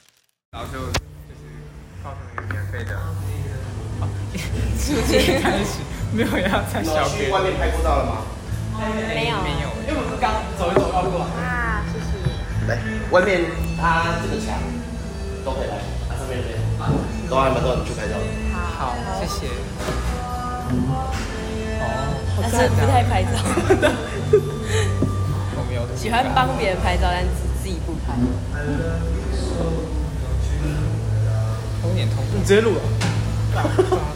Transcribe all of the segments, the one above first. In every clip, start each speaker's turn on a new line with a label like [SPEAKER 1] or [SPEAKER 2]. [SPEAKER 1] 时候就是告诉那个免费的，
[SPEAKER 2] 直接开始，没有要再小
[SPEAKER 3] 去
[SPEAKER 2] 别
[SPEAKER 3] 外面拍过照了吗？
[SPEAKER 4] 没有
[SPEAKER 2] 没有，
[SPEAKER 5] 因为我们刚走一走绕过来，
[SPEAKER 4] 啊，谢谢。
[SPEAKER 3] 来，外面它这个墙都可以来，它上面这边都还蛮多人去拍照的。
[SPEAKER 2] 好，谢谢。哦，好
[SPEAKER 4] 但
[SPEAKER 2] 赞
[SPEAKER 4] 是不太
[SPEAKER 2] 啊！
[SPEAKER 4] 拍照的，
[SPEAKER 2] 我没有
[SPEAKER 4] 喜欢帮别人拍照，但是自己不拍。
[SPEAKER 2] 偷点偷
[SPEAKER 5] 你直接录了。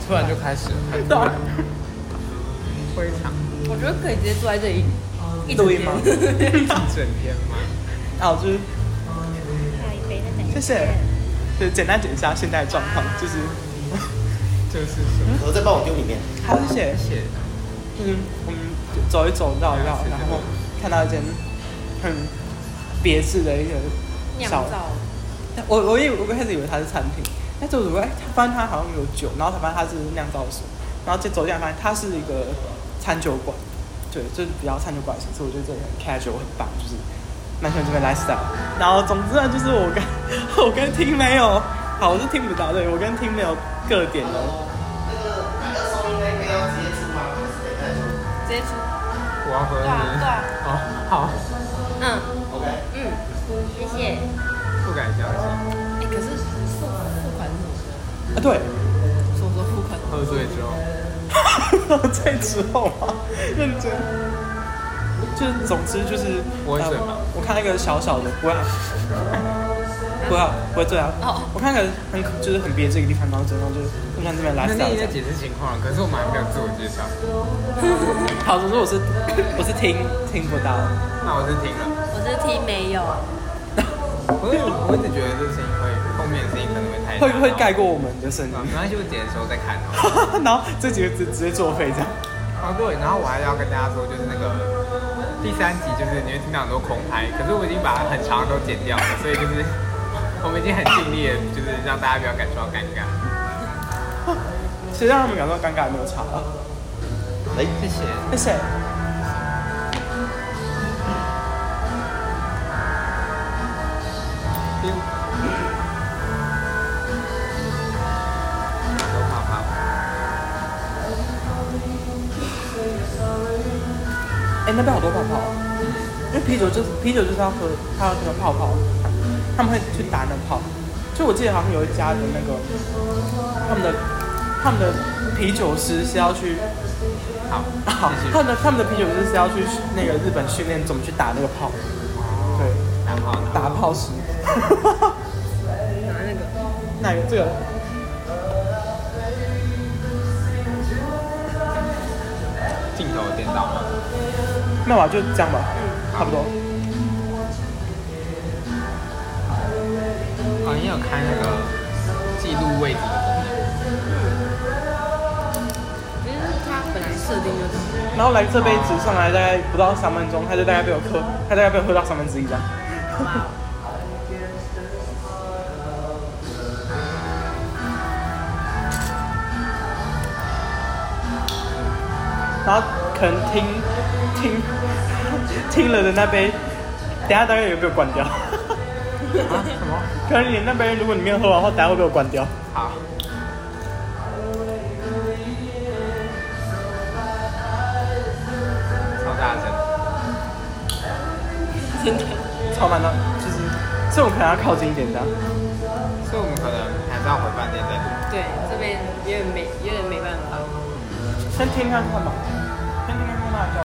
[SPEAKER 2] 突然就开始了，很突然，非常
[SPEAKER 4] 我觉得可以直接坐在这里一
[SPEAKER 5] 录音吗
[SPEAKER 2] 一 整天吗？
[SPEAKER 5] 好，哦就是
[SPEAKER 4] 谢
[SPEAKER 5] 谢谢。就简单讲一下现在的状况，就是
[SPEAKER 2] 就是什么？
[SPEAKER 3] 可是再帮我丢里面，
[SPEAKER 5] 好谢谢，
[SPEAKER 2] 谢谢
[SPEAKER 5] 就是我们走一走绕一绕，然后看到一间很别致的一个
[SPEAKER 4] 酿
[SPEAKER 5] 小
[SPEAKER 4] 造，
[SPEAKER 5] 我我以为我开始以为它是餐厅，但走走哎，他发现它好像有酒，然后才发现它是酿造所，然后再走进来发现它是一个餐酒馆，对，就是比较餐酒馆的形式，我觉得这里很 casual 很棒，就是蛮喜欢这边 lifestyle。然后总之呢，就是我跟 我跟听没有，好，我是听不到，对我跟听没有各点的，啊
[SPEAKER 4] 直接出。
[SPEAKER 2] 我要喝
[SPEAKER 4] 对啊对
[SPEAKER 2] 你。
[SPEAKER 4] 啊，
[SPEAKER 2] 哦，好，
[SPEAKER 4] 嗯嗯，谢谢。
[SPEAKER 2] 不敢相信，
[SPEAKER 4] 哎，可是付付款是什么时候？
[SPEAKER 5] 啊对，
[SPEAKER 4] 什么时候付款？
[SPEAKER 2] 喝醉之后，
[SPEAKER 5] 在之后啊， 认真。就是，总之就是，
[SPEAKER 2] 不会醉
[SPEAKER 5] 呃
[SPEAKER 2] 吗
[SPEAKER 5] 我看那个小小的，不会啊，不会啊，不会醉啊。
[SPEAKER 4] 哦
[SPEAKER 5] 我看那个很可就是很别致一个地方，然后整个就是就像这边来
[SPEAKER 2] 那
[SPEAKER 5] 这
[SPEAKER 2] 你已经在
[SPEAKER 5] 样。
[SPEAKER 2] 解释情况了，可是我们还没有自我介绍，
[SPEAKER 5] 好，总之我是我是听听不到，
[SPEAKER 2] 那我是停了。
[SPEAKER 4] 我是 T 没有，
[SPEAKER 2] 我我一直觉得这声音会后面的声音可能会太大
[SPEAKER 5] 会不会盖过？我们的声音
[SPEAKER 2] 然？后没关系，我剪的时候再看哦。
[SPEAKER 5] 然后这几个直直接作废这样。
[SPEAKER 2] 啊对，然后我还要跟大家说，就是那个第三集，就是你会听到很多空拍，可是我已经把很长的都剪掉了，所以就是我们已经很尽力了，就是让大家不要感受到尴尬。
[SPEAKER 5] 其实让他们感到尴尬也没有差啊。
[SPEAKER 3] 哎，
[SPEAKER 2] 谢谢。
[SPEAKER 5] 谢谢。
[SPEAKER 2] 丢都怕怕，
[SPEAKER 5] 哎、那边好多泡泡啊，因为啤酒就是啤酒就是要喝，它要那个泡泡，他们会去打那个泡。就我记得好像有一家的那个，他们的他们的啤酒师是要去，
[SPEAKER 2] 啊好，
[SPEAKER 5] 好
[SPEAKER 2] 谢谢。
[SPEAKER 5] 他们的他们的啤酒师是要去那个日本训练怎么去打那个泡，对，
[SPEAKER 2] 打炮了，
[SPEAKER 5] 打泡师。
[SPEAKER 4] 拿那个。
[SPEAKER 5] 哪个这个？
[SPEAKER 2] 镜头有电到吗？
[SPEAKER 5] 那我就这样吧，差不多。
[SPEAKER 2] 哦，你有开那个记录位置的功能，
[SPEAKER 4] 其实它本来设定就这样，
[SPEAKER 5] 然后来这杯只上来大概不到三分钟，他就大概被我喝，他大概被我喝到三分之一这样。然后可能听听听了的那杯，等下大概也被我关掉。
[SPEAKER 2] 啊？什么？
[SPEAKER 5] 可能你那杯如果你没有喝完的话，等下会被我关掉。
[SPEAKER 2] 好。超大声，
[SPEAKER 4] 真的。
[SPEAKER 5] 超慢的，就是这种可能要靠近一点这样。
[SPEAKER 2] 所以我们可能还是要回饭店再录。
[SPEAKER 4] 对，这边有点没，有点没办法。
[SPEAKER 5] 先听看看吧，先听看看辣椒。